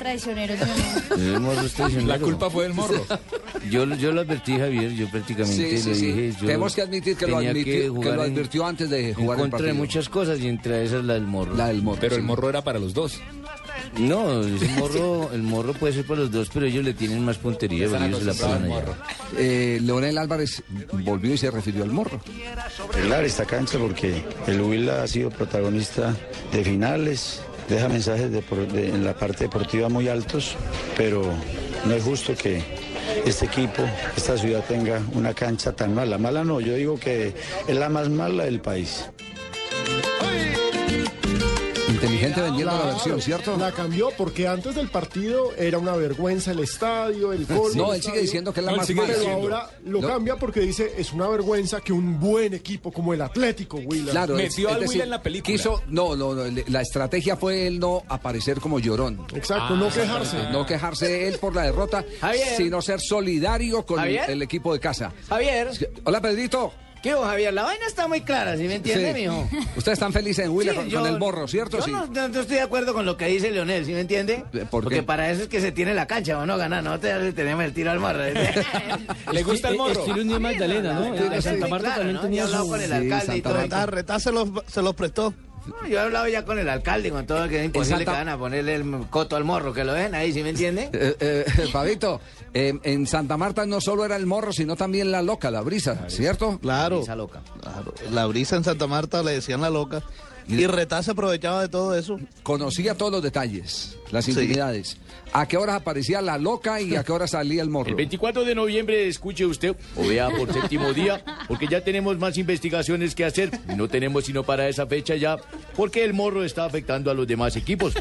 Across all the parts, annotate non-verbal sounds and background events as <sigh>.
Traicioneros. El morro es traicionero. La culpa fue del morro. <laughs> Yo, yo lo advertí, Javier, yo prácticamente Sí, sí, le sí. dije... Yo Tenemos que admitir que lo, tenía admitió- que jugar lo en- advirtió antes de en jugar el contra partido. de muchas cosas y entre esas la del morro. La del morro. Pero el sí. morro era para los dos. No, el morro, el morro puede ser para los dos, pero ellos le tienen más puntería porque ellos se la pasan allá. Eh, Leonel Álvarez volvió y se refirió al morro. arreglar esta cancha porque Eh, el Huila ha sido protagonista de finales, deja mensajes de por- de- en la parte deportiva muy altos, pero no es justo que este equipo, esta ciudad tenga una cancha tan mala. Mala no, yo digo que es la más mala del país. Inteligente vendiendo la versión, ¿cierto? La cambió porque antes del partido era una vergüenza el <laughs> estadio, el gol. No, él sigue el estadio. diciendo que es la No, él más sigue mala. Pero diciendo. ahora lo No. cambia porque dice, es una vergüenza que un buen equipo como el Atlético, Huila. Claro, es- Metió es al Huila decir, en la película. Quiso, no, no, no, le- la estrategia fue el no aparecer como llorón. Exacto, no quejarse. Ah, No quejarse él por la derrota, Javier. sino ser solidario con el, Javier. el equipo de casa. Javier, Es que- Hola, Pedrito. ¿qué hubo, Javier? La vaina está muy clara, ¿sí me entiende, Sí. mijo? Ustedes están felices en Huila Sí, con, yo- con el morro, ¿cierto? Yo sí. no, no- no estoy de acuerdo con lo que dice Leonel, ¿sí me entiende? ¿Por qué? Porque para eso es que se tiene la cancha, ¿o no, ganar? No te tenemos el tiro al morro. <laughs> ¿Le gusta el morro? un día Magdalena, ¿no? Eh, Santa Marta también tenía Yo he hablado con el Sí, alcalde y Santa todo. Marta. Retá se los, se los prestó. No, yo he hablado ya con el alcalde y con todo, que es imposible Santa- que van a ponerle el coto al morro, que lo ven ahí, ¿sí me entiende? Eh, <laughs> eh, Fabito, eh, en Santa Marta no solo era el morro, sino también la loca, la brisa, ¿cierto? Claro. Esa loca. Claro, La brisa en Santa Marta le decían la loca. Y Retá se aprovechaba de todo eso. Conocía todos los detalles, las Sí. intimidades. ¿A qué horas aparecía la loca y a qué hora salía el morro? El 24 de noviembre, escuche usted, o vea por <laughs> séptimo día, porque ya tenemos más investigaciones que hacer. Y no tenemos sino para esa fecha ya, porque el morro está afectando a los demás equipos.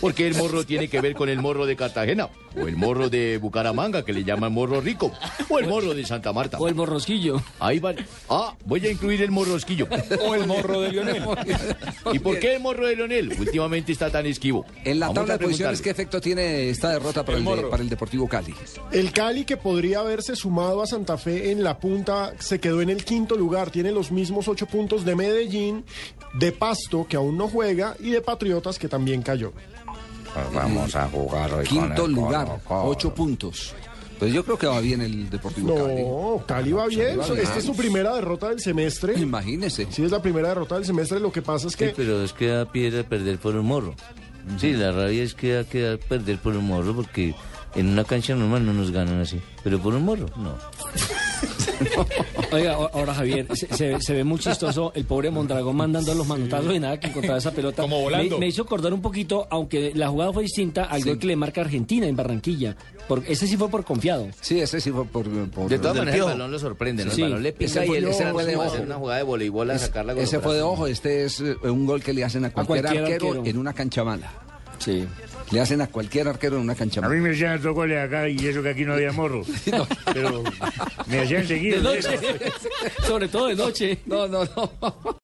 Porque el morro tiene que ver con el morro de Cartagena, o el morro de Bucaramanga, que le llaman morro rico, o el morro de Santa Marta. el morrosquillo. Ahí van. Ah, voy a incluir el morrosquillo. <laughs> O el morro de Lionel. ¿Y por qué el morro de Leonel? Últimamente está tan esquivo. En la Vamos tabla a de posiciones, preguntarle. ¿qué efecto tiene esta derrota para El el, de- morro. para el Deportivo Cali? El Cali que podría haberse sumado a Santa Fe en la punta se quedó en el quinto lugar. Tiene los mismos ocho puntos de Medellín, de Pasto que aún no juega y de Patriotas que también cayó. Vamos a jugar hoy Quinto lugar, ocho puntos. Pues yo creo que va bien el Deportivo Cali. No, Cali va bien. Esta es su primera derrota del semestre. Imagínese. Sí, es la primera derrota del semestre. Lo que pasa es Sí, que pero es que da piedra perder por un morro. Sí, la rabia es que da que da perder por un morro porque en una cancha normal no nos ganan así. Pero por un morro, no. <laughs> Oiga, a- ahora Javier, se, se ve- se ve muy chistoso el pobre Mondragón mandando los manotazos y nada que encontraba esa pelota. Como volando. Me, me hizo acordar un poquito, aunque la jugada fue distinta, al gol que le marca Argentina en Barranquilla. Por, ese sí fue por confiado. Sí, ese sí fue por... por- De todas Del maneras, el piojo. balón lo sorprende, ¿no? Sí. El balón le Ese pica y fue él de se ojo, ese fue de hacer ojo. una jugada de voleibol a sacarla con Ese los fue de brazos. ojo, este es eh, un gol que le hacen a cualquier, cualquier arquero, arquero. en una cancha mala. Sí. Le hacen a cualquier arquero en una cancha mala. me hacían dos goles acá y eso que aquí no había <laughs> morro. Pero me hacían seguir. Sobre todo de noche. No, no, no.